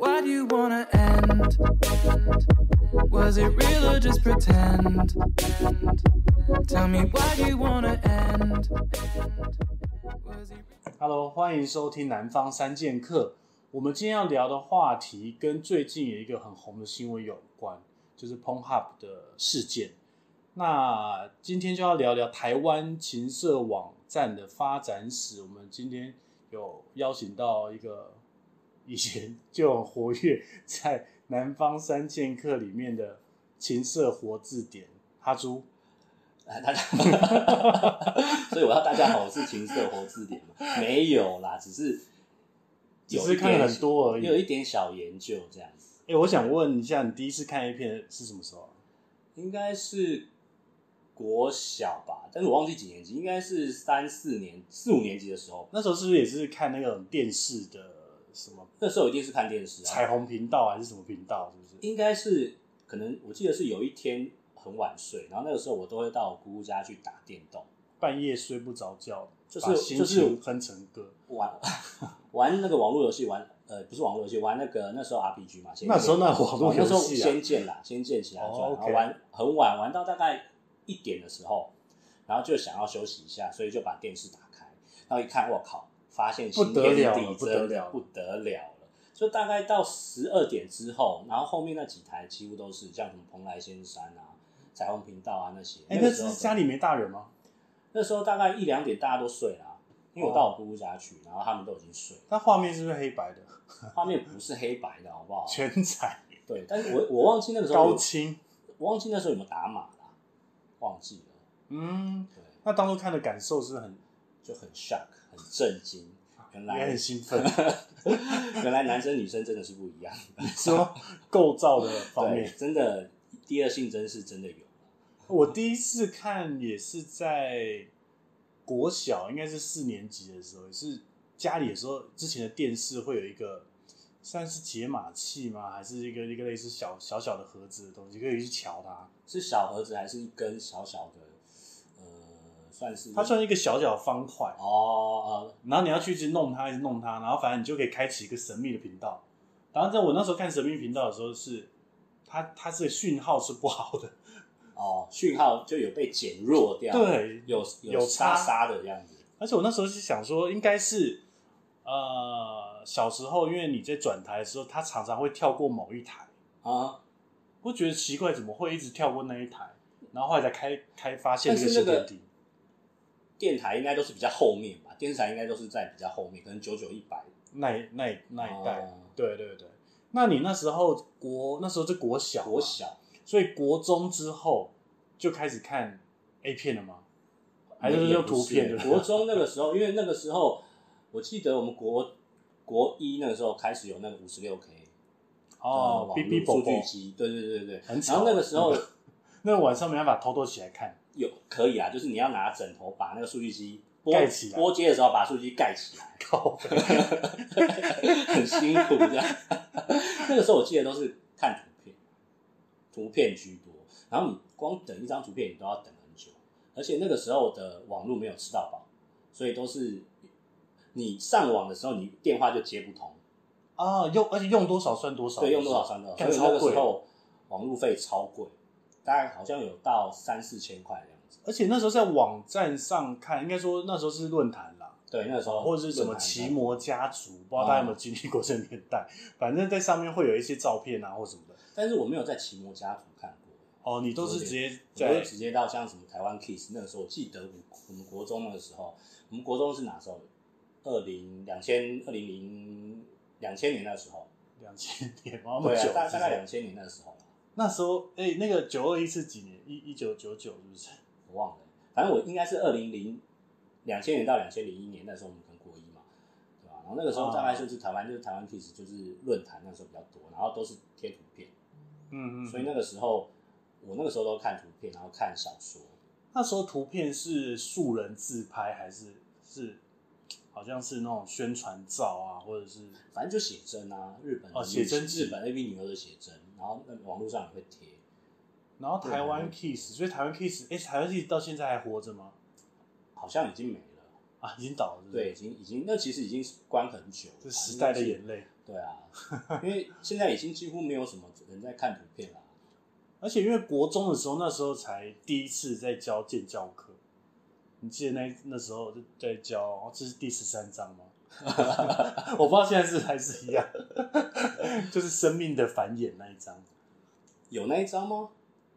how'd you wanna end? Was it real or just pretend? Tell me why'd you wanna end? Was it Hello，欢迎收听《南方三剑客》。我们今天要聊的话题跟最近有一个很红的新闻有关，就是 PornHub 的事件。那今天就要聊聊台湾情色网站的发展史。我们今天有邀请到一个以前就很活跃在《南方三剑客》里面的情色活字典哈猪。哎，大家， 所以我要大家好，我是情色活字典 嘛，没有啦，只是只有是一看点很多而已有一点小研究这样子，哎、我想问一下，你第一次看 A 片是什么时候啊？应该是国小吧，但是我忘记几年级，应该是三四年、四五年级的时候，那时候是不是也是看那种电视的什么那时候一定是看电视彩啊，虹频道还是什么频道？是不是？应该是可能我记得是有一天很晚睡，然后那个时候我都会到我姑姑家去打电动，半夜睡不着觉，就是把心就是情哼成歌。玩 玩那个网络游戏，玩呃不是网络游戏，玩那个那时候 RPG 嘛，仙剑哦那时候那网络游戏啊那时候仙剑啦，仙剑奇侠传，哦然，OK 后玩很晚，玩到大概一点的时候，然后就想要休息一下，所以就把电视打开，然后一看，我靠，发现新天地真不得了了不得了不得了了。就大概到十二点之后，然后后面那几台几乎都是像什么蓬莱仙山啊、彩虹频道啊那些。哎、那那个时候是家里没大人吗？那时候大概一两点大家都睡啦、因为我到我姑姑家去，然后他们都已经睡了。那画面是不是黑白的？画面不是黑白的，好不好？全彩、对，但是我我忘记那个时候高有，清。我忘记那时候有没有打码啦，忘记了，嗯，对，那当初看的感受是很，就很 shock，很震惊，原也 来很兴奋。 原来男生女生真的是不一样，说构造的 方对，面，真的第二性征是真的有，我第一次看也是在国小，应该是四年级的时候，也是家里的时候，之前的电视会有一个算是解码器吗？还是一个一个类似小小小的盒子的东西，可以去瞧它。是小盒子还是一根小小的，呃，算是它算一个小小的方块，哦然后你要去一直弄它，一直弄它，然后反正你就可以开启一个神秘的频道。然后在我那时候看神秘频道的时候是，它它是讯号是不好的，呃哦，讯号就有被减弱掉，对有有沙差沙的这样子，而且我那时候是想说，应该是呃小时候，因为你在转台的时候，它常常会跳过某一台，啊，我觉得奇怪，怎么会一直跳过那一台？然后后来才开开发现这但是新那天个地。电台应该都是比较后面吧，电视台应该都是在比较后面，可能九九一百那一那一那一代，哦对对对。那你那时候国那时候是国小嘛国，小，所以国中之后就开始看 A 片了吗？还是也用不图片的？国中那个时候，因为那个时候我记得我们国国一那个时候开始有那个五十六 K 哦，B B 宝呃数宝据机，对对对对对，很嗯吵然后那个时候那晚上没办法偷偷起来看，有可以啊，就是你要拿枕头把那个数据机拨盖起来拨接的时候把数据机盖起来，靠，很辛苦这样。 那个时候我记得都是看图片，图片居多，然后你光等一张图片你都要等很久，而且那个时候的网络没有吃到饱，所以都是你上网的时候你电话就接不通，啊，用而且用多少算多少，对，用多少算多少，干所以那超个贵时。候网路费超贵，大概好像有到三四千块的样子。而且那时候在网站上看，应该说那时候是论坛啦，对，那个时候或者是什么论坛哦奇摩家族，不知道大家有没有经历过这个年代。反正在上面会有一些照片啊或什么的。但是我没有在奇摩家族看过。哦，你都是直接我就在直接到像什么台湾 Kiss 那个时候，我记得我我们国中那个时候，我们国中是哪时候？二零两千二零零两千年那时候，两千年 吗？那么对久啊，大是不大概是两千年那时候啦那时候，哎、那个九二一是几年？一一九九九是不是？我忘了，反正我应该是二零零两千年到两千零一年那时候，我们可能国一嘛，对吧、然后那个时哦候大概就是台湾，就是台湾 Kiss 就是论坛那时候比较多，然后都是贴图片，嗯嗯。所以那个时候我那个时候都看图片，然后看小说，那时候图片是素人自拍还是是好像是那种宣传照啊，或者是反正就写真啊，日本的哦写真集日本 A B 女优的写真，然后那网络上也会贴，然后台湾对啊 Kiss，所以台湾 Kiss，哎、台湾 Kiss 到现在还活着吗？好像已经没了，啊，已经倒了是不是对，已经已经那其实已经是关很久了，这时代的眼泪。对啊，因为现在已经几乎没有什么人在看图片啦。而且因为国中的时候，那时候才第一次在教建教课，你记得那那时候就在教，哦这是第十三章 吗？我不知道现在是还是一样， 就是生命的繁衍那一章。有那一张吗？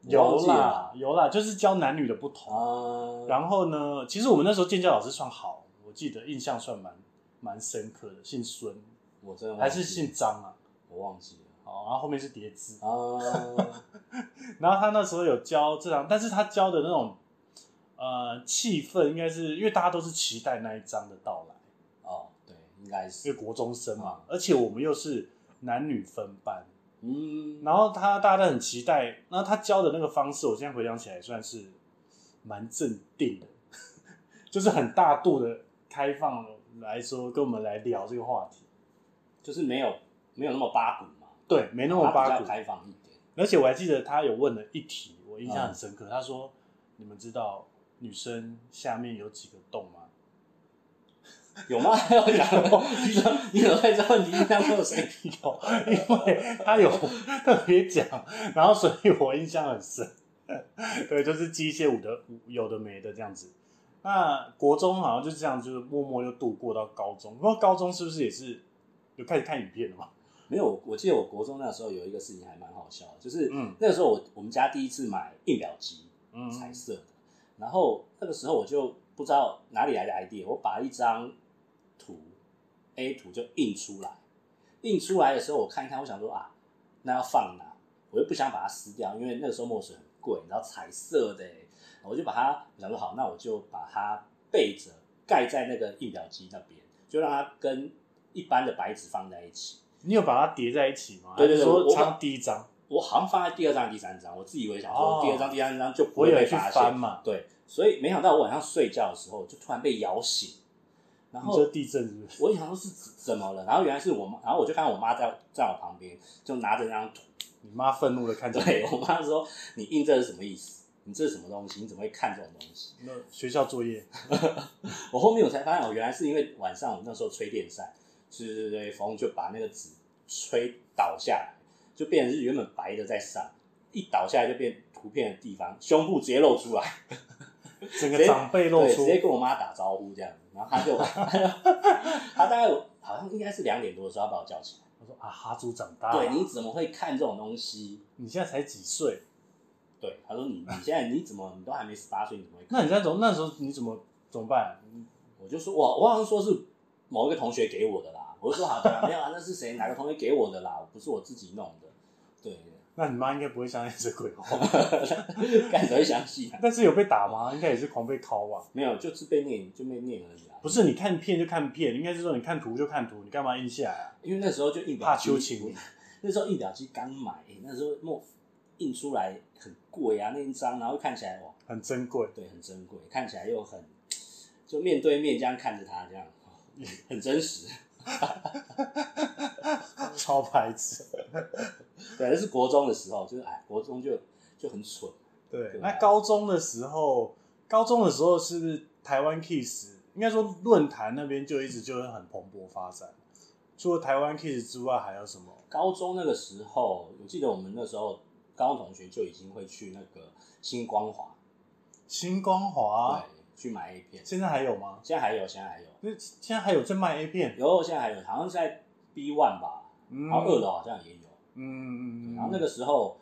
我忘有记啦了，有啦，就是教男女的不同。啊，然后呢，其实我们那时候建教老师算好，我记得印象算蛮蛮深刻的，姓孙我真的忘记还了是姓张啊？我忘记了好，然后后面是叠字。啊，然后他那时候有教这张，但是他教的那种呃气氛，应该是因为大家都是期待那一章的到来，哦，对，应该因是为，国中生嘛嗯，而且我们又是男女分班，嗯，然后他大家都很期待，然后他教的那个方式，我现在回想起来算是蛮镇定的， 就是很大度的开放来说跟我们来聊这个话题，就是没有没有那么八股嘛，对，没那么它八比股较，开放一点，而且我还记得他有问了一题，我印象很深嗯刻。他说：“你们知道女生下面有几个洞 吗有吗？ 还有讲过，你怎么你怎么会知道你印象中有谁？”有，因为他有特别讲，然后所以我印象很深。 对，就是机械舞的有的没的这样子。那国中好像就这样，就是默默就度过到高中。不知道高中是不是也是有开始看影片了嘛？ 没有，我记得我国中那时候有一个事情还蛮好笑的，就是嗯那个时候我我们家第一次买印表机，嗯，彩色的，然后那个时候我就不知道哪里来的 idea，我把一张图 A 图就印出来，印出来的时候我看一看，我想说啊，那要放哪？我又不想把它撕掉，因为那个时候墨水很贵，你知道彩色的欸，我就把它我想说好，那我就把它背着盖在那个印表机那边，就让它跟一般的白纸放在一起。你有把它叠在一起吗？对对还是对说我插第一章，我好像放在第二张、第三张，我自以为想哦说第二张、第三张就不我会有被去发现翻。嘛，对，所以没想到我晚上睡觉的时候就突然被摇醒，然你说后地震是不是？我也想说是怎怎么了，然后原来是我妈，然后我就看到我妈在在我旁边，就拿着那张图， 你妈愤怒的看着你对我妈说：“你印这是什么意思？你这是什么东西？你怎么会看这种东西那学校作 业，？”我后面我才发现，我哦原来是因为晚上我那时候吹电扇，吹吹吹风就把那个纸吹倒下来，就变成是原本白的在上，一倒下来就变图片的地方，胸部直接露出来。整个长辈露对，出直，接跟我妈打招呼这样子，然后 她就，她大概好像应该是两点多的时候，她把我叫起来，我说啊，哈猪长大了，对，你怎么会看这种东西？你现在才几岁？对，她说你你现在你怎么你都还没十八岁，你怎么会看？那你在怎么那时候你怎么怎么办？我就说我我好像说是某一个同学给我的啦，我就说好的啦，没有啊，那是谁哪个同学给我的啦？不是我自己弄的，对， 那你妈应该不会相信这鬼话， 干谁会相信啊？但是有被打吗？应该也是狂被敲吧？没有，就是被念就被念而已啊，不是，你看片就看片，应该是说你看图就看图，你干嘛印下来啊？因为那时候就印表怕机秋情， 那时候印表机刚买、那时候墨印出来很贵啊，那一张，然后看起来哇，很珍贵， 对，很珍贵，看起来又很，就面对面这样看着它，这样哦很真实。 超白痴。对，那是国中的时候，就是哎，国中就就很蠢，对，对啊那高中的时候，高中的时候是不是台湾 Kiss，应该说论坛那边就一直就是很蓬勃发展。除了台湾 Kiss 之外，还有什么？高中那个时候，我记得我们那时候高中同学就已经会去那个星光华，星光华，对，去买 A 片，现在还有吗？现在还有，现在还有，那现在还有在卖 A 片，有现在还有，好像是在 B one 吧，嗯然后二楼好像也有。嗯嗯嗯，然后那个时候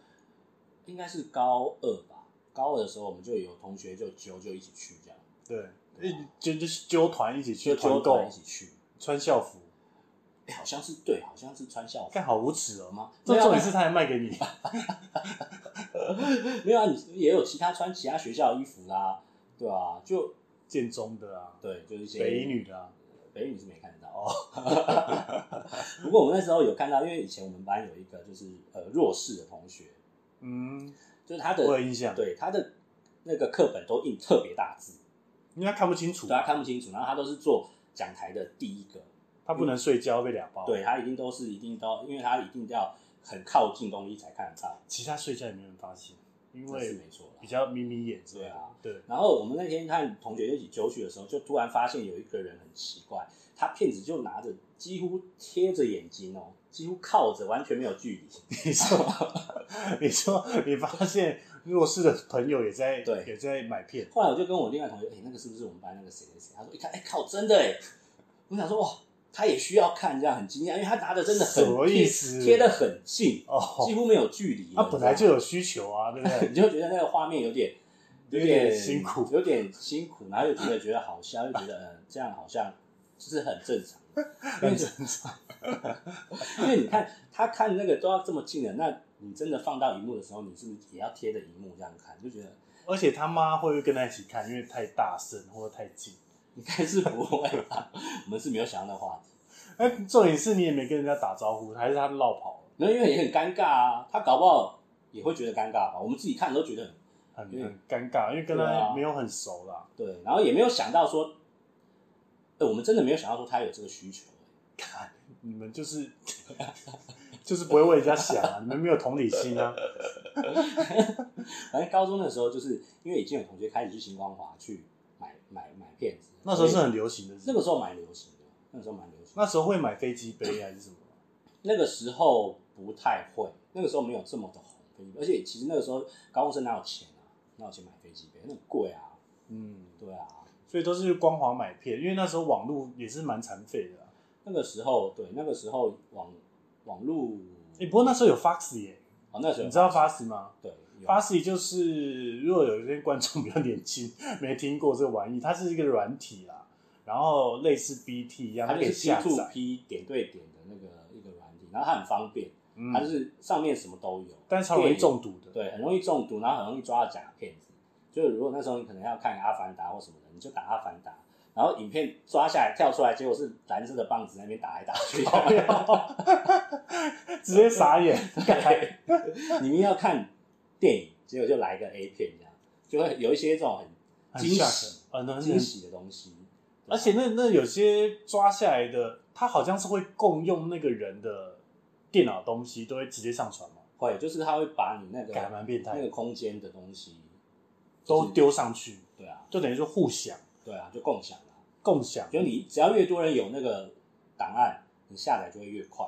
应该是高二吧，高二的时候我们就有同学就揪就一起去这样，对，一就就是揪团一起去就团揪购团一，起去。穿校服，哎，好像是对，好像是穿校服看好无耻哦！吗？这没有重啊点是他还卖给你， 没有啊，你也有其他穿其他学校的衣服啦，对啊，就建中的啊，对，就是一些北一女的啊，北一女是没看到哦哦。 不过我们那时候有看到，因为以前我们班有一个就是呃弱势的同学，嗯，就是他我有的印象，对他的那个课本都印特别大字，因为他看不清楚，大家看不清楚，然后他都是坐讲台的第一个，他不能睡觉被俩包，，对他一定都是一定都，因为他一定要很靠近东西才看得到，其实他睡觉也没人发现，因这是为没错啦比较眯眯眼之类对的啊，对，然后我们那天看同学一起揪去的时候，就突然发现有一个人很奇怪，他骗子就拿着几乎贴着眼睛哦，几乎靠着，完全没有距离。你说，你说， 你发现弱势的朋友也在对也在买片，后来我就跟我另外同学，哎、那个是不是我们班那个谁谁谁？他说一看，哎、靠，真的哎、我想说哇，他也需要看，这样很惊讶，因为他拿的真的很什么意思贴贴的很近，哦几乎没有距离。他本来就有。有需求啊，对不对？ 你就觉得那个画面有点有点点辛苦有点辛苦，然后又觉得觉得好笑，又觉得嗯这样好像就是很 正常，很正常。因为你看他看那个都要这么近了，那你真的放到荧幕的时候，你是不是也要贴着荧幕这样看？就觉得而且他妈会不会跟他一起看？因为太大声或者太近。应该是不会吧？我们是没有想到那话题，哎，重点是你也没跟人家打招呼，还是他绕跑那因为也很尴尬啊，他搞不好也会觉得尴尬吧？我们自己看都觉得很了，很因为很尴尬，因为跟嗯对他啊没有很熟啦。对，然后也没有想到说，哎，我们真的没有想到说他有这个需求。看你们就是 就是不会为人家想啊，你们没有同理心啊。反正高中的时候，就是因为已经有同学开始去星光华去买买买片子，那时候是所以很流行的，那个时候蛮流行的，那个时候蛮流行的。那时候会买飞机杯还是什么？那个时候不太会，那个时候没有这么的红飞机杯，而且其实那个时候高中生哪有钱啊，哪有钱买飞机杯，那很贵啊，嗯，对啊。所以都是光华买片，因为那时候网络也是蛮残废的啊。那个时候对，那个时候网网络，哎，不过那时候有 Foxy 耶，哦那时候你知道 Fox- Foxy 吗？对有 Foxy 就是，如果有一些观众比较年轻，没听过这个玩意，它是一个软体啦，然后类似 BT 一样，它它可就以是 P 下 to 载， P 点对点的那个一个软体，然后它很方便，嗯它就，是上面什么都有，但是超容易电影中毒的，对，很容易中毒，然后很容易抓到假的骗子。就是如果那时候你可能要看《阿凡达》或什么的，你就打《阿凡达》，然后影片抓下来跳出来，结果是蓝色的棒子在那边打来打 去。哦直接傻眼，对你们要看电影，结果就来一个 A 片这样，就会有一些这种很很惊吓喜人、，很很惊喜的东西。嗯啊而且那那有些抓下来的，他好像是会共用那个人的电脑东西，都会直接上传嘛，会就是他会把你那个改蛮变态那的，个空间的东西都。丢上去，对啊，就等于说互享对啊，就共享啊。共享，就你只要越多人有那个档案，你下载就会越快。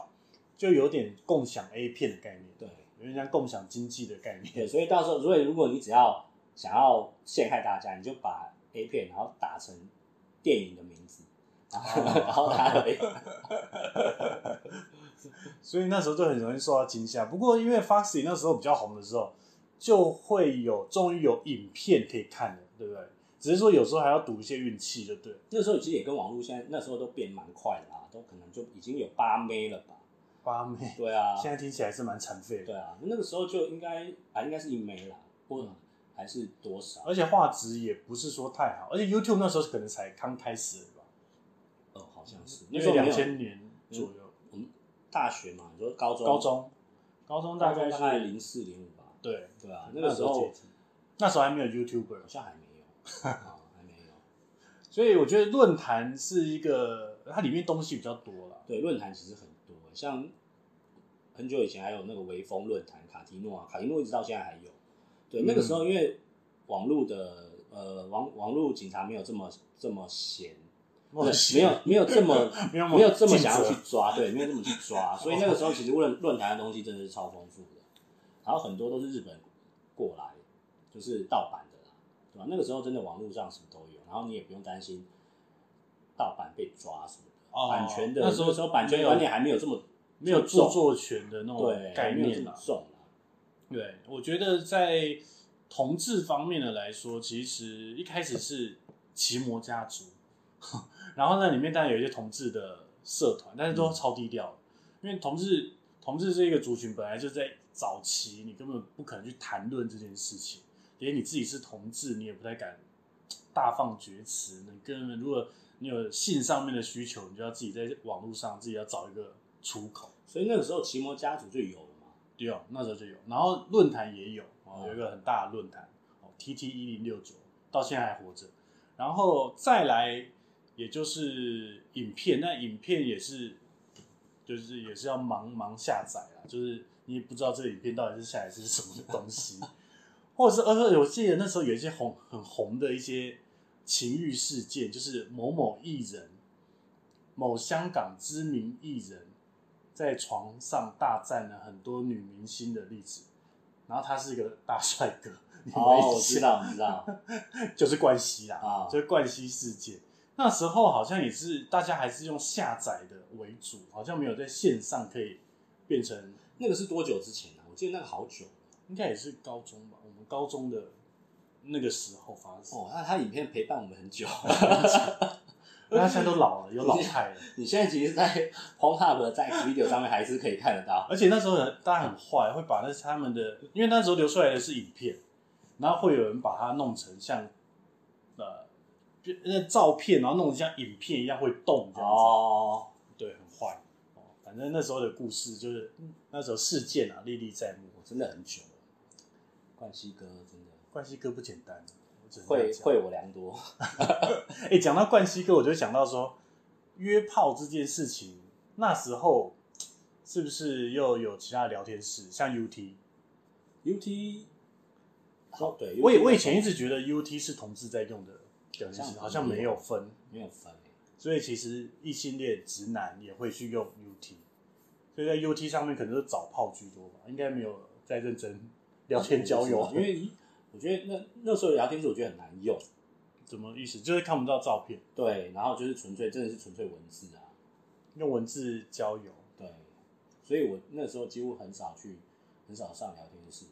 就有点共享 A 片的概念，对。有点像共享经济的概对，念，所以到时候，所以如果你只要想要陷害大家，你就把 A 片然后打成电影的名字，然后、哦 然后它的 所以那时候就很容易受到惊吓。不过因为 Foxy 那时候比较红的时候，就会有终于有影片可以看了，对不对？只是说有时候还要赌一些运气，就对了。那时候其实也跟网络现在那时候都变蛮快的啦，都可能就已经有八妹了吧？八妹，对啊，现在听起来是蛮残废的对。啊，那个时候就应该啊应该是一枚啦，或还是多少？嗯而且画质也不是说太好，而且 YouTube 那时候可能才刚开始吧，哦，好像是那嗯因时为候没两有千年左右，我们大学嘛，你说嗯高中高中，高中大概大概是零四零五吧？对，对啊，那个时候接近那时候还没有 YouTuber，好像还没 有，啊还没有。所以我觉得论坛是一个它里面东西比较多了，对，论坛其实很多，像很久以前还有那个微风论坛、卡提诺啊，卡提诺一直到现在还有。对，那个时候嗯因为网络的呃网网络警察没有这么这么闲，哇对没有没有这么 没有没有这么想要尽责去抓，对，没有这么去抓，所以那个时候其实论论坛的东西真的是超丰富的，然后很多都是日本过来，就是盗版的啦，对吧？那个时候真的网络上什么都有，然后你也不用担心盗版被抓什么的，哦版权的那时候那时候版权没有观念还没有这么没有著重作权的那种对概还没有这念么啊。重啦，对，我觉得在同志方面的来说，其实一开始是奇摩家族， 然后那里面当然有一些同志的社团，但是都超低调的，因为同志同志这个族群本来就在早期，你根本不可能去谈论这件事情，连你自己是同志，你也不太敢大放厥词。你根本如果你有性上面的需求，你就要自己在网络上自己要找一个出口。所以那个时候奇摩家族就有了嘛，对哦，那时候就有，然后论坛也有哦哦，有一个很大的论坛哦，TT 一零六九到现在还活着，然后再来也就是影片，那影片也是就是也是要盲盲下载啦，就是你也不知道这个影片到底是下载是什么东西，或者是而且我记得那时候有一些红很红的一些情欲事件，就是某某艺人某香港知名艺人在床上大战了很多女明星的例子，然后他是一个大帅哥， 你们哦，一我知想道，我知道，就是冠希啦，啊就是冠希事件。那时候好像也是大家还是用下载的为主，好像没有在线上可以变成，那个是多久之前啊？我记得那个好久应该也是高中吧，我们高中的那个时候发生。哦，那他影片陪伴我们很久。那他现在都老了，有老派了。 你现在其实，在 Pornhub 在 Video 上面还是可以看得 到。而且那时候人大家很坏，会把那他们的，因为那时候流出来的是影片，然后会有人把它弄成像呃就那照片，然后弄得像影片一样会动这样子。哦，对，很坏。哦，反正那时候的故事就是嗯那时候事件啊，历历在目。我真的很久了，冠希哥真的冠希哥不简单，啊我只能这会样讲。会我良多。哎，讲、到冠希哥，我就想到说约炮这件事情，那时候是不是又有其他的聊天室，像 UT？ UT，好，对，我也 UT 我以前一直觉得 UT 是同志在用的聊天室，好好像像没有分，没有分欸所以其实异性恋直男也会去用 UT，所以在 UT 上面可能是找炮居多吧，应该没有在认 真聊天交友，欸因为我觉得那那时候聊天室我觉得很难用， 怎么意思？就是看不到照片，对，然后就是纯粹真的是纯粹文字啊，用文字交友。对，所以我那时候几乎很少去，很少上聊天室。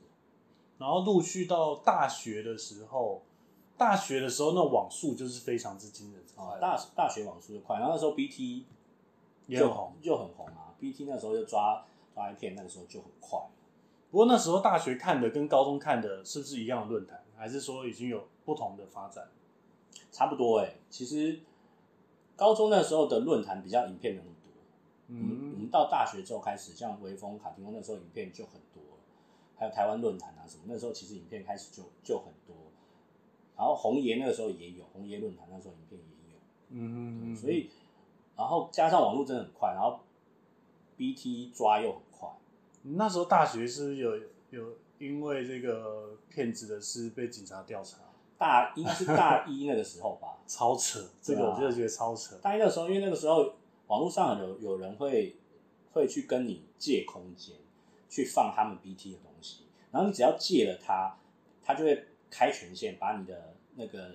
然后陆续到大学的时候，大学的时候那网速就是非常之惊人之快哦，大大学网速就快，然后那时候 BT 啊也就很红。就很红啊，BT 那时候就抓抓一片，那个时候就很快了。不过那时候大学看的跟高中看的是不是一样的论坛，还是说已经有不同的发展？差不多哎、其实高中那时候的论坛比较影片没有那么多，嗯，我嗯们到大学之后开始，像微风、卡丁翁那时候影片就很多了，还有台湾论坛啊什么，那时候其实影片开始就就很多，然后红爷那个时候也有，红爷论坛那时候影片也有，嗯，所以然后加上网络真的很快，然后 BT 抓又很快，你那时候大学是不是有有因为这个骗子的事被警察调查，大应该是大一那个时候吧， 超扯，这个对啊我真的觉得超扯。大一的时候，因为那个时候网络上有有人会会去跟你借空间，去放他们 BT 的东西，然后你只要借了它，它就会开权限，把你的那个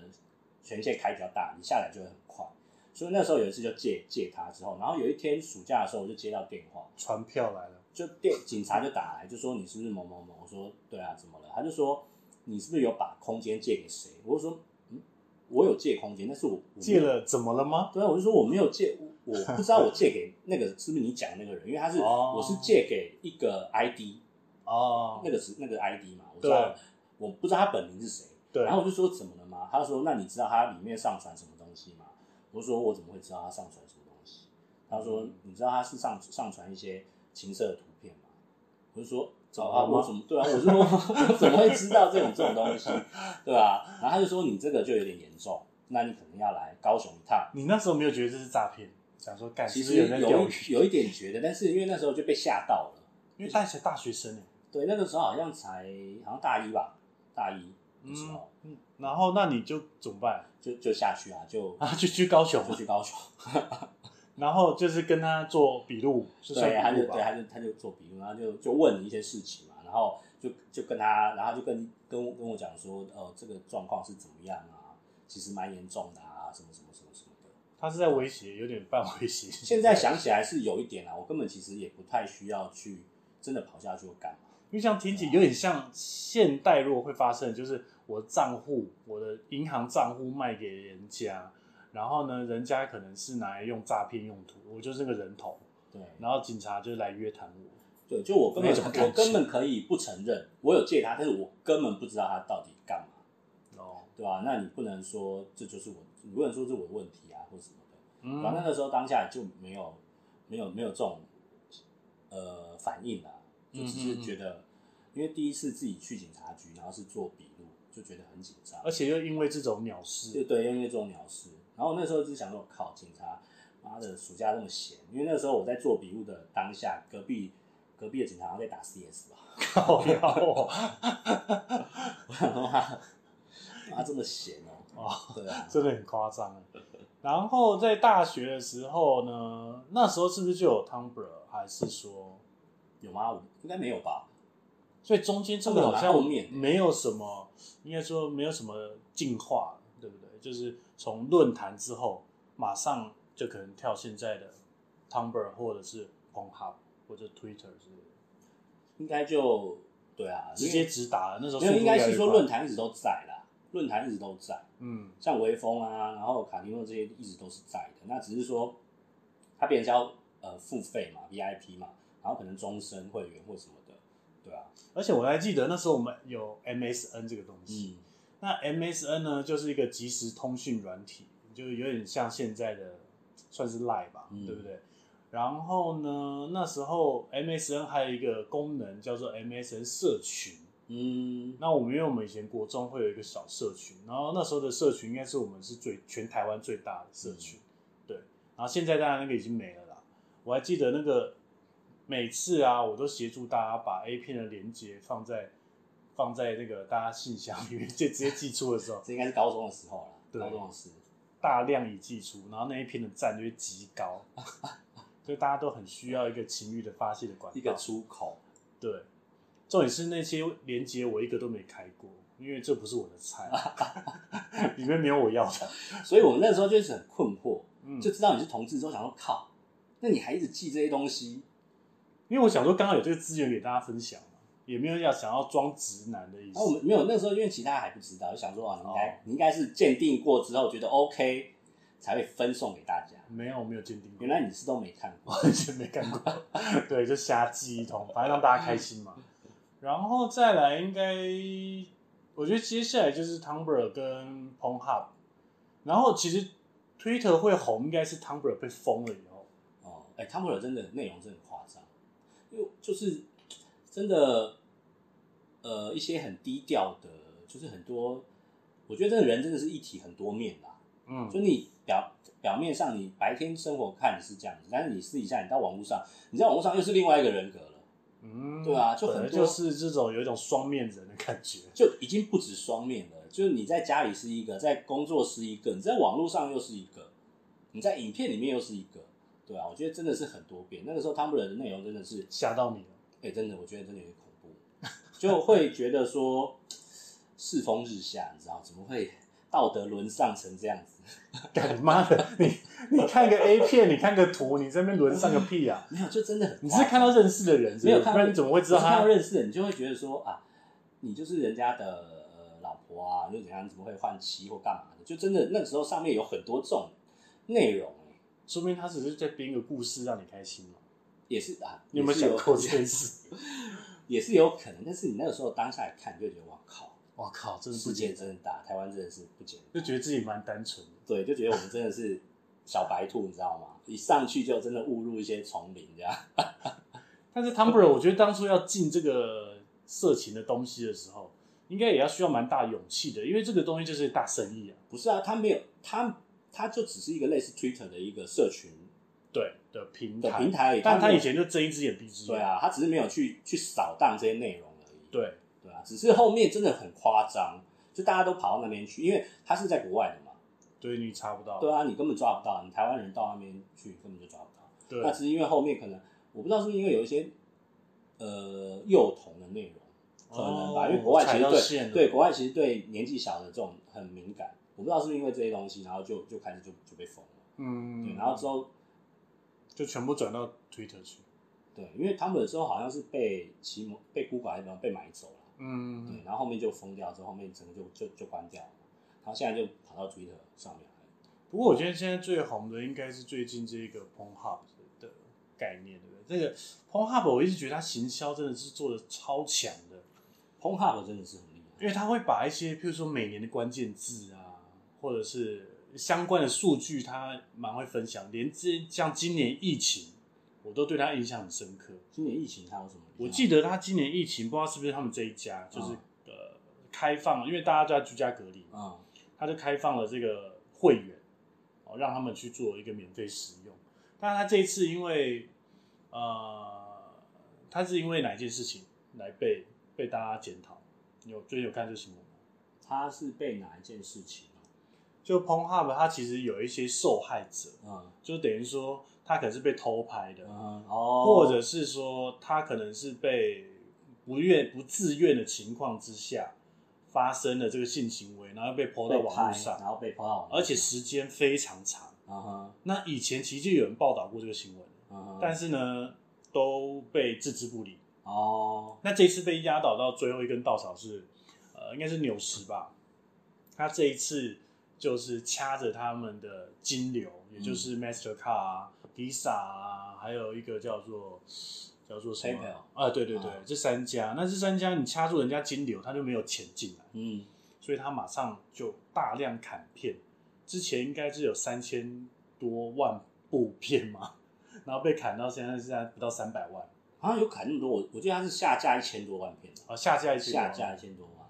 权限开比较大，你下载就会很快。所以那时候有一次就借借它之后，然后有一天暑假的时候我就接到电话，传票来了，就电警察就打来，就说你是不是某某某？我说对啊，怎么了？他就说你是不是有把空间借给谁？我就说嗯，我有借空间，但是我我没借有了怎么了吗？对啊，我就说我没有借，我我不知道我借给那个是不是你讲的那个人，因为他是、哦我是借给一个 ID，哦那，个是那个 ID 嘛，我知道我不知道他本名是谁，对，然后我就说怎么了吗？他说那你知道他里面上传什么东西吗？我说我怎么会知道他上传什么东西？他说嗯你知道他是上上传一些情色的图片吗？我就说怎么啊，了哦吗我怎么对啊？我说 我怎么会知道这种这种东西，对吧、然后他就说你这个就有点严重，那你可能要来高雄一趟。你那时候没有觉得这是诈骗，想说干，其是不是实有人在钓一鱼，有一点觉得，但是因为那时候就被吓到了。因为大学大学生哎，对，那个时候好像才好像大一吧，大一的时嗯候、嗯，然后那你就怎么办 就就下去啊，就啊？就去高 雄，就去高雄。然后就是跟他做笔录，是算对，他笔就录对吧？他就他就做笔录，然后就就问你一些事情嘛，然后就就跟他，然后就跟跟我跟我讲说，呃，这个状况是怎么样啊？其实蛮严重的啊，什么什么什么什么的。他是在威胁，有点半威胁。现在想起来是有一点啊，我根本其实也不太需要去真的跑下去或干嘛。因为像听起有点像现代如果会发生，就是我账户，我的银行账户卖给人家，然后呢，人家可能是拿来用诈骗用途，我就是那个人头，对，然后警察就来约谈我，对，就我根那种本感我根本可以不承认我有借他，但是我根本不知道他到底干嘛，哦，对吧、那你不能说这就是我，你不能说是我的问题啊，或什么的。嗯反正那个时候当下就没有没有没有这种呃反应啦、就只嗯嗯是嗯觉得，因为第一次自己去警察局，然后是做笔录，就觉得很紧张，而且又因为这种鸟就事，对，因为这种鸟事。然后那时候就想说，靠，警察，妈的，暑假这么闲，因为那时候我在做笔录的当下，隔壁隔壁的警察好像在打 CS 吧。 靠腰哦，哇，妈这么闲哦、哦对啊，真的很夸张啊。然后在大学的时候呢，那时候是不是就有 Tumblr，还是说，有吗？我应该没有吧？所以中间这个好 Tumblr 蛮后像面的没有什么，应该说没有什么进化，对不对？就是从论坛之后，马上就可能跳现在的 Tumblr 或者是 Pornhub 或者 Twitter 之类的，应该就对啊，直接直达了。那时候没有，速度应该越来是越说快论，坛一直都在啦，论坛一直都在，嗯像微风啊，然后卡尼诺这些一直都是在的。那只是说，它变成是要呃付费嘛，VIP 嘛，然后可能终身会员或什么的，对啊，而且我还记得那时候我们有 MSN 这个东西，嗯，那 MSN 呢就是一个即时通讯软体，就是有点像现在的算是 Line 吧，嗯对不对？然后呢，那时候 MSN 还有一个功能叫做 MSN 社群。嗯，那我们因为我们以前国中会有一个小社群，然后那时候的社群应该是我们是最全台湾最大的社嗯群，对。然后现在当然那个已经没了啦。我还记得那个每次啊，我都协助大家把 A 片的连接放在放在那个大家信箱里面，就直接寄出的时候，这应该是高中的时候啦，对高中的事，大量已寄出，然后那一篇的赞就会极高， 所以大家都很需要一个情欲的发泄的管道，一个出口，对，重点是那些连接我一个都没开过，因为这不是我的 菜，里面没有我要的。 所以我们那时候就是很困惑，嗯，就知道你是同志之后，想说靠，那你还一直记这些东西，因为我想说，刚好有这个资源给大家分享嘛，也没有要想要装直男的意思。啊然后我们没有那时候，因为其他还不知道，就想说啊，你应该、哦你应该是鉴定过之后觉得 OK 才会分送给大家。没有没有鉴定过，原来你是都没看过，完全没看过， 对，就瞎记一通，反正让大家开心嘛。然后再来，应该我觉得接下来就是 Tumblr 跟 Pornhub，然后其实 Twitter 会红，应该是 Tumblr 被封了以后，哦，哎、汤姆尔真的内容真的很夸张，因为就是真的，呃，一些很低调的，就是很多，我觉得这个人真的是一体很多面啦。嗯，就你表表面上你白天生活看是这样子，但是你私底下你到网络上，你在网络上又是另外一个人格了，嗯，对啊就很本来多就是这种有一种双面人的感觉。就已经不止双面了。就是你在家里是一个，在工作是一个，你在网络上又是一个，你在影片里面又是一个，对啊，我觉得真的是很多变。那个时候汤姆尔的内容真的是吓到你了，哎、真的，我觉得真的有点恐怖， 就会觉得说世风日下，你知道怎么会道德沦丧成这样子？干你妈的！你你看个 A 片，你看个图，你这边沦丧个屁 啊！没有，就真的很你夸张。是看到认识的人是不是，没有看不到，然你怎么会知道我是看他到？认识的，你就会觉得说啊，你就是人家的呃老婆啊，又怎样？你怎么会换妻或干嘛的？就真的那个时候上面有很多这种内容、说明他只是在编一个故事让你开心嘛。也是啊，你有没有也是想过这件事？ 也是有可能，但是你那个时候当下一看，你就觉得哇靠，我靠，真的不世界简真的大，台湾真的是不简单。就觉得自己蛮单纯的。对，就觉得我们真的是小白兔，你知道吗？一上去就真的误入一些丛林这样。 但是 Tumblr，我觉得当初要进这个色情的东西的时候，应该也要需要蛮大勇气的，因为这个东西就是大生意啊。不是啊，他没有，他他就只是一个类似 Twitter 的一个社群对的平的台，平台而已，但他他没有以前就睁一只眼闭一只眼。对，啊，他只是没有去去扫荡这些内容而已。嗯对，对啊，只是后面真的很夸张，就大家都跑到那边去，因为他是在国外的嘛。所以你查不到。对啊，你根本抓不到，你台湾人到那边去根本就抓不到。对那只是因为后面可能我不知道是不是因为有一些呃幼童的内容，可能吧，哦因为国外其踩到实线对了对国外其实对年纪小的这种很敏感，我不知道是不是因为这些东西，然后就就开始就就被封了。对，嗯，然后之后就全部转到 Twitter 去。对，因为他们之后好像是被奇摩被 Google 还是什么被买走了，对嗯，，然后后面就封掉，之后后面整个就就就关掉了，然后现在就跑到 Twitter 上面来了。不过我觉得现在最红的应该是最近这个 Pornhub 的概念，对不对？这个 Pornhub 我一直觉得它行销真的是做的超强的， p o n h u b 真的是很厉害，因为它会把一些譬如说每年的关键字啊，或者是相关的数据，它蛮会分享。连这像今年疫情，我都对它印象很深刻。今年疫情它有什么厉害？我记得他今年疫情，不知道是不是他们这一家，就是、嗯呃开放，因为大家都在居家隔离嘛，啊、他就开放了这个会员，哦，让他们去做一个免费使用。但他这一次因为呃，他是因为哪一件事情来被被大家检讨？你有最近有看这新闻吗？他是被哪一件事情啊？就 Pornhub 它其实有一些受害者，嗯就等于说他可能是被偷拍的，嗯哦，或者是说他可能是被不愿不自愿的情况之下发生了这个性行为，然后被抛到被网拍络，上，然后被抛到网络上，而且时间非常长。嗯哼那以前其实就有人报道过这个新闻，嗯哼，但是呢都被置之不理。哦那这一次被压倒到最后一根稻草是，呃，应该是纽时吧。他这一次就是掐着他们的金流，也嗯就是 Mastercard 啊、Visa 啊，还有一个叫做叫做什么 PayPal 啊？对对对，啊这三家。那这三家你掐住人家金流，他就没有钱进来，嗯所以他马上就大量砍片。之前应该是有三千多万部片嘛，然后被砍到现在现在不到三百万好像有砍那么多，我我记得他是下架一千多万片的，啊，下架一千多下万架一千多万，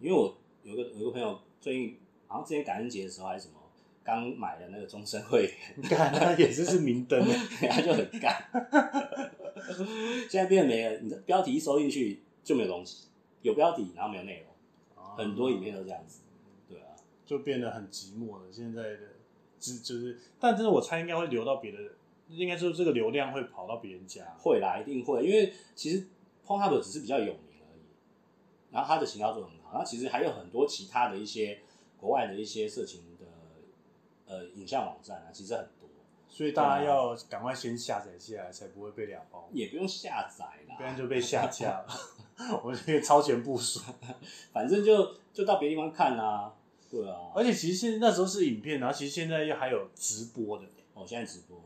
对，因为我有个有个朋友最近好像之前感恩节的时候还是什么，刚买了那个终身会员， 干，那也是是明灯欸他就很干， 现在变得没了，你的标题一搜进去就没有东西，有标题然后没有内容。 很多影片都这样子。对啊，就变得很寂寞了。现在的只就是，但是我猜应该会流到别的，应该说这个流量会跑到别人家。会啦，一定会，因为其实 Pornhub 只是比较有名而已，然后它的行销做得很好，然后其实还有很多其他的一些国外的一些色情的呃影像网站啊，其实很多，所以大啊家要赶快先下载下来，才不会被俩包，也不用下载啦，不然就被下架了。 我们可以超前部署，反正就就到别地方看啦、对啊，而且其实现那时候是影片，然后其实现在又还有直播的，我、哦现在直播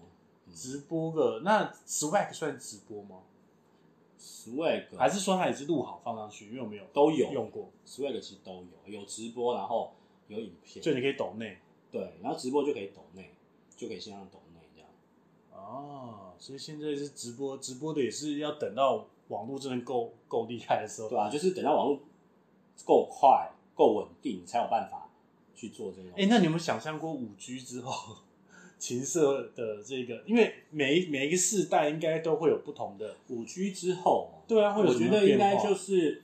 直播个那 Swag 算直播吗？ Swag 还是说它也是录好放上去？因为我没有啊都有用过， Swag 其实都有，有直播，然后有影片，就你可以抖内对，然后直播就可以抖内，就可以线上抖内这样。哦，所以现在是直播，直播的也是要等到网络真的够够厉害的时候。对啊，就是等到网络够快、够稳定，你才有办法去做这种。哎、那你有没有想象过五 G 之后，琴瑟的这个？因为每一每一个世代应该都会有不同的，五 G 之后，哦对啊，会有我什觉么得应变该化？就是，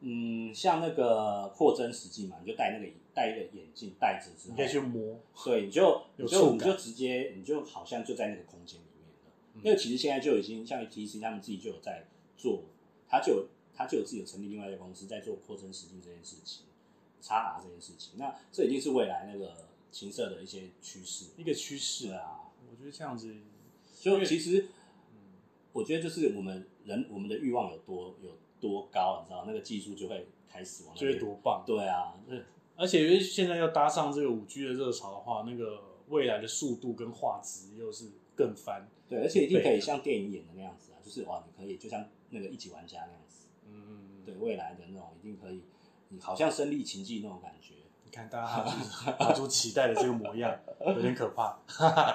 嗯，像那个扩增实际嘛，你就戴那个戴一个眼镜戴着之你后可以，去摸，对，你就有你触就你感就直接你就好像就在那个空间里面了。嗯因为其实现在就已经像 TC 他们自己就有在做，他就有他就有自己有成立另外一个公司在做扩增实境这件事情，叉 R 这件事情，那这一定是未来那个情色的一些趋势。一个趋势是。啊，我觉得这样子，就其实，我觉得就是我们人我们的欲望有多有多高，你知道那个技术就会开始往那觉得边。多棒！对啊，就是而且因为现在要搭上这个五 G 的热潮的话，那个未来的速度跟画质又是更翻。对，而且一定可对以像电影演的那样子啊，就是哇，你可以就像那个一级玩家那样子，嗯，对未来的那种一定可以，你好像身历其境那种感觉。你看 大家哈出哈出期待的这个模样，有点可怕。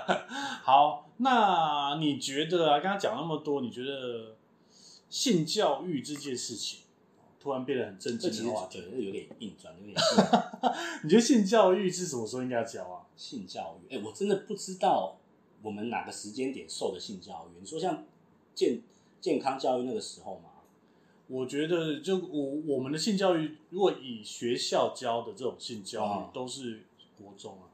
好，那你觉得啊？刚刚讲那么多，你觉得性教育这件事情突然变得很正这经其实的话我题觉，得有点硬转，有点性你觉得性教育是什么时候应该要教啊？性教育。哎、我真的不知道我们哪个时间点受的性教育。你说像健健康教育那个时候嘛，我觉得就我我们的性教育，如果以学校教的这种性教育哦，都是国中啊，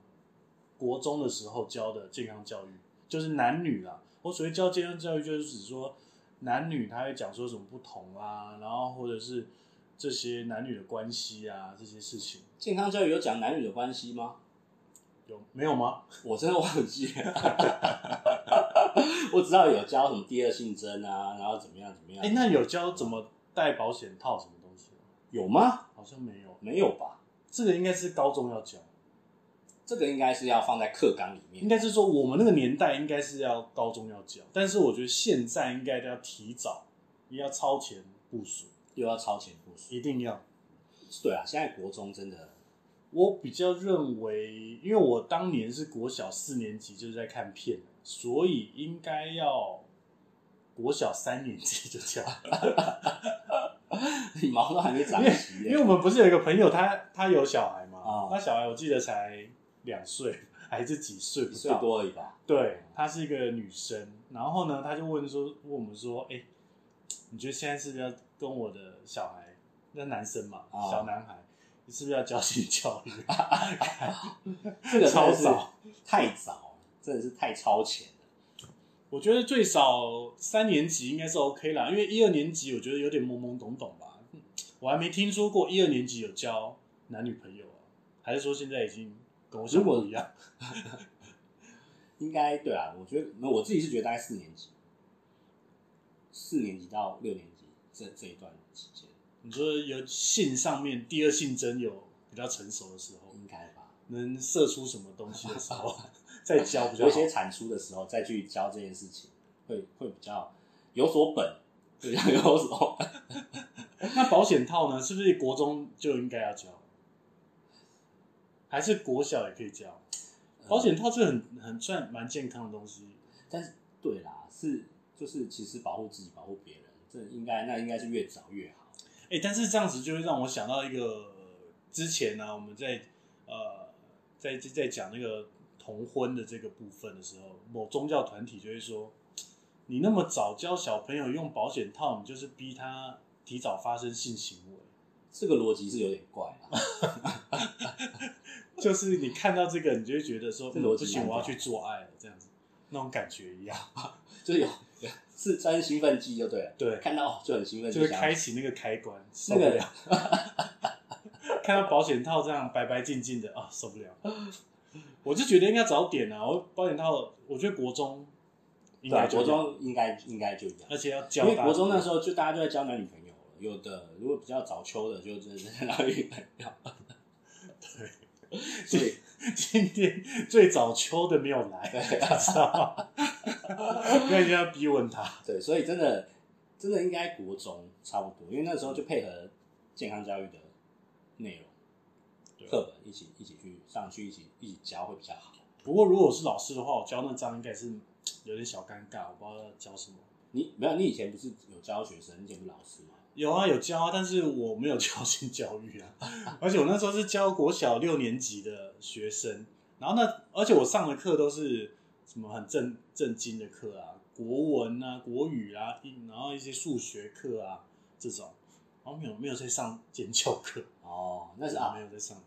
国中的时候教的健康教育，就是男女啦。我所谓教健康教育，就是指说男女他会讲说什么不同啊，然后或者是这些男女的关系啊这些事情，健康教育有讲男女的关系吗？有没有吗？我真的忘记了，我只知道有教什么第二性征啊，然后怎么样怎么样。哎、那有教怎么戴保险套什么东西吗？有吗？好像没有，没有吧？这个应该是高中要教，这个应该是要放在课纲里面。应该是说我们那个年代应该是要高中要教，但是我觉得现在应该都要提早，也要超前部署，又要超前部署。一定要。对啊，现在国中真的，我比较认为，因为我当年是国小四年级就是在看片，所以应该要国小三年级就教。你毛都还没长齐因为耶。我们不是有一个朋友，他他有小孩嘛，哦他小孩我记得才两岁还是几岁不一到，岁多而 已吧。对，她是一个女生。然后呢，她就问说，问我们说，哎、你觉得现在是不是要跟我的小孩，那男生嘛，哦小男孩，你是不是要教心教育？ 这个超真的是早，太早了，真的是太超前了。我觉得最少三年级应该是 OK 啦，因为一二年级我觉得有点懵懵懂懂吧，嗯我还没听说过一二年级有交男女朋友啊，还是说现在已经跟我想的不一样？应该对啊，我觉得那我自己是觉得大概四年级，四年级到六年级这这一段期间你说有性上面第二性征有比较成熟的时候，应该吧，能射出什么东西的时候 再教比较有一好。些产出的时候再去教这件事情，会会比较有所本，比较有所本。那保险套呢？是不是国中就应该要教？还是国小也可以教？保险套这个很很算蛮健康的东西，但是对啦，是就是其实保护自己，保护别人，这应该那应该是越早越好。哎、但是这样子就会让我想到一个呃之前呢、我们在呃在在在讲那个同婚的这个部分的时候，某宗教团体就会说，你那么早教小朋友用保险套，你就是逼他提早发生性行为。这个逻辑是有点怪啦，就是你看到这个，你就会觉得说，这嗯逻不辑行，蛮我要屌去做爱了，这样子那种感觉一样， 就是有 是专兴奋剂就对了，对，看到哦就很兴奋，就会想要开启那个开关，受那不个了。 看到保险套这样白白净净的啊，受不了。我就觉得应该早点啊，我保险套，我觉得国中应对啊该国就有，中应该应该就一样而。且要教因为国中那时候，候就大家就在交男女朋友了，有的如果比较早秋的，就真的是 男女朋友。对，所以 今天最早秋的没有来，你知道吗？ 那一定要逼问他。对，所以真的真的应该国中差不多，因为那时候就配合健康教育的内对啊容课本一起一起去上去一起一起教会比较好。不过如果我是老师的话，我教那张应该是有点小尴尬，我不知道要教什么。你没有，你以前不是有教学生，你以前不是老师吗？有啊，有教啊，但是我没有 教性教育啊，而且我那时候是教国小六年级的学生，然后那而且我上的课都是什么很正正经的课啊，国文啊、国语啊，一然后一些数学课啊这种，然后没有没有在上尖教课，哦，那是啊没，有在上，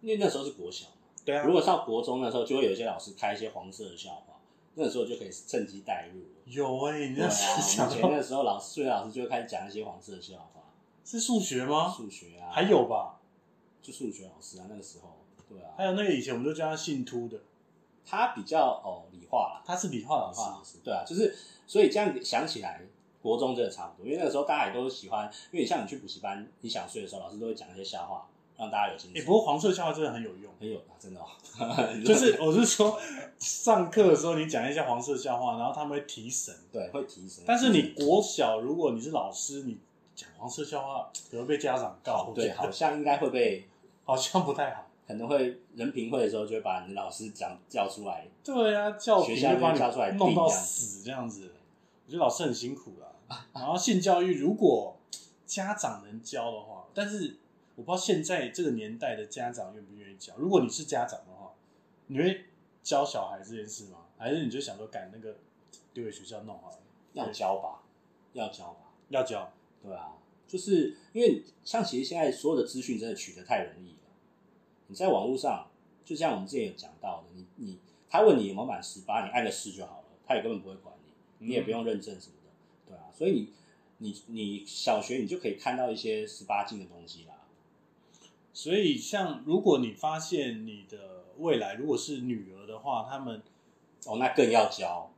因为那时候是国小嘛。对啊如，果上国中的时候，就会有一些老师开一些黄色的笑话，那时候就可以趁机带入了。有哎、你对那啊，时候我想们以前到那时候老师，数学老师就会开始讲一些黄色的笑话，是数学吗？数学啊，还有吧，就数学老师啊，那个时候，对啊，还有那个以前我们都叫他姓秃的，他比较哦理化啦，他是理化老理师，化老师，对啊，就是所以这样想起来，国中真的差不多，因为那个时候大家也都喜欢，因为像你去补习班，你想睡的时候，老师都会讲一些笑话，让大家有心哎、情。不过黄色笑话真的很有用。很有啊，真的哦， 就是我是说，上课的时候你讲一下黄色笑话，然后他们会提神。对会提神，但是你嗯国小，如果你是老师，你讲黄色笑话，可能会被家长告。我对觉得好像应该会被。好像不太好。可能会人评会的时候，就会把你的老师讲叫出来，对啊，教评学校就把就教出来你弄到定这样啊子死这样子，我觉得老师很辛苦啊啦。然后性教育，如果家长能教的话，但是我不知道现在这个年代的家长愿不愿意教。如果你是家长的话，你会教小孩这件事吗？还是你就想说，赶那个丢给学校弄好了？要教吧，要教吧，要教，对啊，就是因为像其实现在所有的资讯真的取得太容易了，你在网络上，就像我们之前有讲到的，你你他问你有没有满十八，你按个是就好了，他也根本不会管你，嗯你也不用认证什么的，对啊，所以你你你小学你就可以看到一些十八禁的东西啦，所以，像如果你发现你的未来如果是女儿的话，他们哦，那更要教，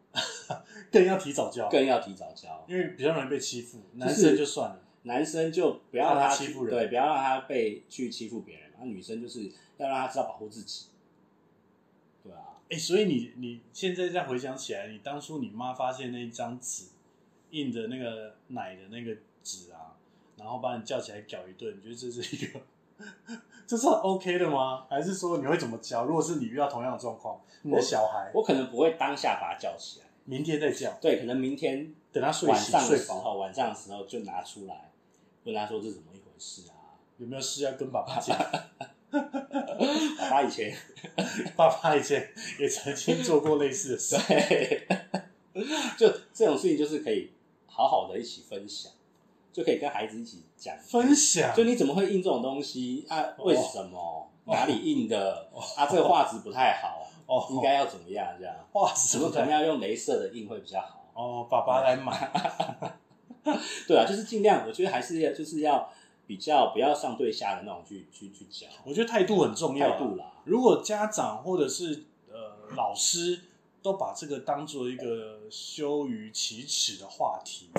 更要提早教，更要提早教，因为比较容易被欺负。男生就算了，男生就不要让让他他去欺负人对，不要让他被去欺负别人嘛。那女生就是要让他知道保护自己，对啊，哎、所以你你现在再回想起来，你当初你妈发现那一张纸印着那个奶的那个纸啊，然后把你叫起来搞一顿，你觉得这是一个这是很 OK 的吗？还是说你会怎么教？如果是你遇到同样的状况，你的小孩我可能不会当下把他叫起来，明天再叫，对，可能明天等他睡晚醒上睡的时饱，候，晚上的时候就拿出来问他说这怎么一回事啊？有没有事要跟爸爸讲？ 爸爸以前 爸爸以前也曾经做过类似的事，对，就这种事情就是可以好好的一起分享。就可以跟孩子一起讲分享就你怎么会印这种东西啊？哦为什么？哪里印的？啊，这个画质不太好，哦，应该要怎么样？这样，哇，怎什么么可能要用镭射的印会比较好？哦，爸爸来买，对啊，就是尽量，我觉得还是要就是要比较不要上对下的那种去去去讲我觉得态度很重要啊。态度啦。如果家长或者是呃老师都把这个当做一个羞于启齿的话题，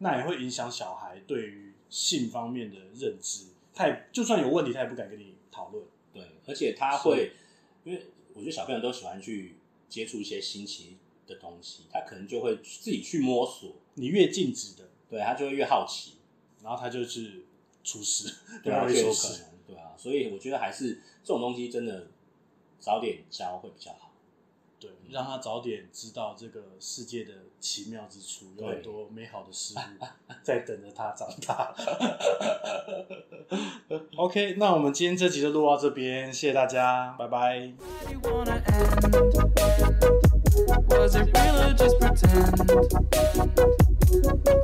那也会影响小孩对于性方面的认知。他也就算有问题，他也不敢跟你讨论。对，而且他会，因为我觉得小朋友都喜欢去接触一些新奇的东西，他可能就会自己去摸索，你越禁止的，对他就会越好奇，然后他就是出事，对啊，会就有出可事。能，对啊，所以我觉得还是这种东西真的早点教会比较好。对，让他早点知道这个世界的奇妙之处，有对很多美好的事物在等着他长大。OK，那我们今天这集就录到这边，谢谢大家，拜拜。 Why you wanna end? Was it real or just pretend?